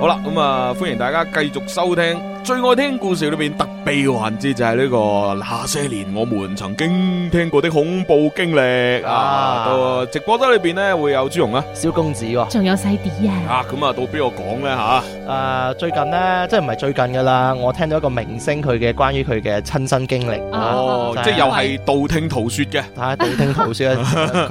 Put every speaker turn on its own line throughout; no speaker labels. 好啦，咁啊，歡迎大家繼續收聽最愛聽故事裏邊特備環節，就係呢個那些年我們曾經聽過的恐怖經歷啊！
啊
到直播室裏邊呢，會有朱紅啦，
小公子喎、
仲有細啲啊，
啊咁啊，到邊個講呢？吓？
啊最近呢，即係唔係最近噶啦，我聽到一個明星佢嘅關於佢嘅親身經歷，
啊
哦，即係又係道聽途說嘅。
啊，道聽途說 啊，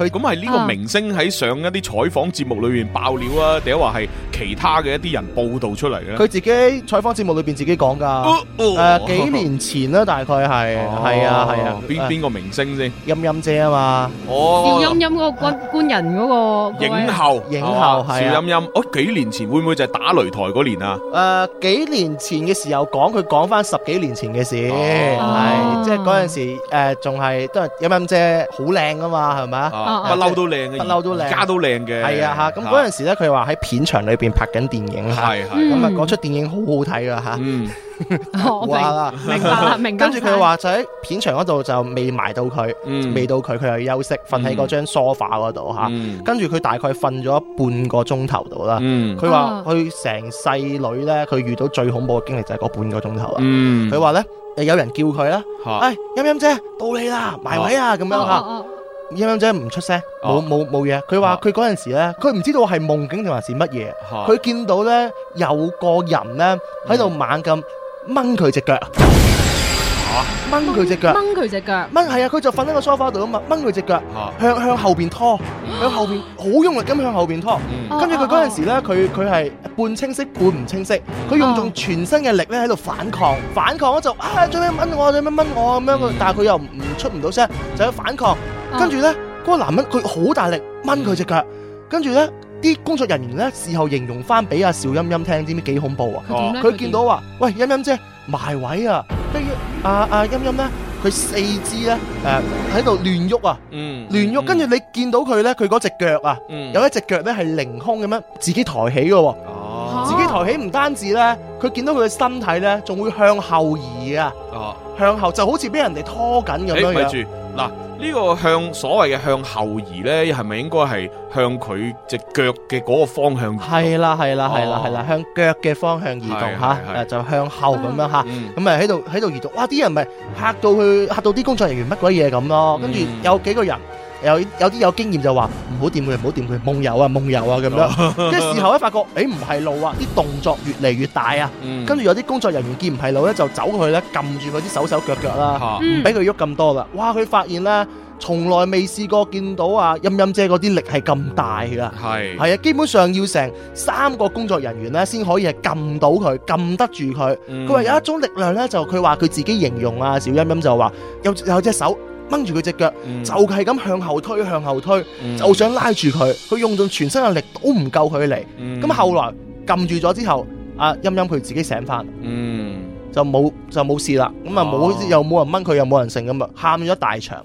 佢
咁係呢個明星喺上一啲採訪節目裏邊爆料啊，定係話係其他嘅一啲人報道出嚟嘅咧？
佢自己採訪節目裏邊自己講噶，
哦
誒、
哦
幾年前啦，大概係，係、啊係啊
哦，邊邊個明星先？
誒陰陰姐啊嘛，
哦
邵音音嗰個官官人嗰個嗰位啊
影后，
影后係啊
邵音音。哦，幾年前會唔會就係打擂台嗰年啊？
誒、幾年前嘅時候講，佢講翻十幾年前嘅事，係、
哦
即係嗰陣時誒仲係都係陰陰姐好靚噶嘛，係咪啊？
啊
啊
不嬲都靚嘅，
不嬲都靚
而家都靚嘅。
係啊嚇，咁
Ờ,
嗰陣時咧，佢話喺片場裏邊拍緊電影嚇，
係係，
嗯
咁啊嗰出電影好好睇噶嚇。
嗯，
我明
哇啦！
哦明白 啦，明白
跟
晒。
住佢話就喺片場嗰度就未埋到佢，
嗯
未到佢佢又休息，瞓喺嗰張 sofa 嗰度嚇。
嗯
跟住佢大概瞓咗半個鐘頭度啦。
嗯
佢話
啊
佢成世女呢，佢遇到最恐怖嘅經歷就係嗰半個鐘頭
Ừ.
啦。
嗯，啊
佢話呢，誒有人叫佢啦，
嚇
誒陰陰姐到你啦，埋位啊咁樣
哦
嚇。
哦
陰陰姐唔出聲，
哦
冇冇冇嘢。佢話
啊
佢嗰陣時呢，佢唔知道係夢境定還是乜嘢。啊
嚇
佢見到咧有個人咧喺度猛咁掹佢只腳，掹佢只腳，
掹佢只腳，
掹係啊！佢就瞓喺個梳化度啊嘛，掹佢只腳，
嚇
向向後邊拖，向後邊好用力咁向後邊拖。
嗯
哦
跟住佢嗰陣時咧，佢佢係半清晰半唔清晰，佢用盡
哦
全身嘅力咧喺度反抗，反抗咧就啊最尾掹我，最尾掹我咁樣
嗯
佢，但係佢又唔出唔到聲，就喺反抗。跟住咧，嗰、個男人佢好大力掹佢只腳，跟住咧啲工作人員咧事後形容翻俾阿邵音音聽，知唔知幾恐怖啊？
佢點咧？
佢見到話：喂，音音姐埋位啊！跟住阿阿音音咧，佢四肢咧誒喺度亂喐啊，
嗯
亂喐。跟住你見到佢咧，佢嗰只腳啊，
嗯
有一隻腳咧係凌空咁樣自己抬起嘅喎。
哦
自己抬起唔單止咧，佢見到佢嘅身體咧，仲會向後移啊，
哦
向後就好似俾人哋拖緊咁
誒
樣
咪
樣。
住嗱，呢個向所謂嘅向後移咧，係咪應該係向佢只腳嘅嗰個方向移動？
係啦係啦係啦
哦
係啦，向腳嘅方向移動
係
嚇
係，係
誒就向後咁樣嚇。
嗯，
咁咪喺度喺度移動，哇！啲人咪嚇到佢嚇到啲工作人員乜鬼嘢咁咯。跟住
嗯
有幾個人有有啲有經驗就話唔好掂佢，唔好掂佢，夢遊啊夢遊啊咁樣。跟住事後咧發覺，誒唔係路啊，啲動作越嚟越大啊。
嗯
跟住有啲工作人員見唔係路咧，就走過去咧撳住佢啲手手腳腳啦。
嚇
唔
嗯
俾佢喐咁多啦。哇！佢發現咧，從來未試過見到啊陰陰姐嗰啲力係咁大噶。
係
係啊，基本上要成三個工作人員咧，先可以係撳到佢，撳得住佢。
嗯
佢話有一種力量咧，就佢話佢自己形容啊，小陰陰就話有有隻手掹住佢隻腳，
嗯
就係咁向後推，向後推，
嗯
就想拉住佢。佢用盡全身嘅力都唔夠佢嚟。
嗯
咁後來撳住咗之後，啊陰陰佢自己醒翻。
嗯
就冇就冇事啦，咁啊
哦
冇又冇人掹佢，又冇人剩咁啊，喊咗一大場，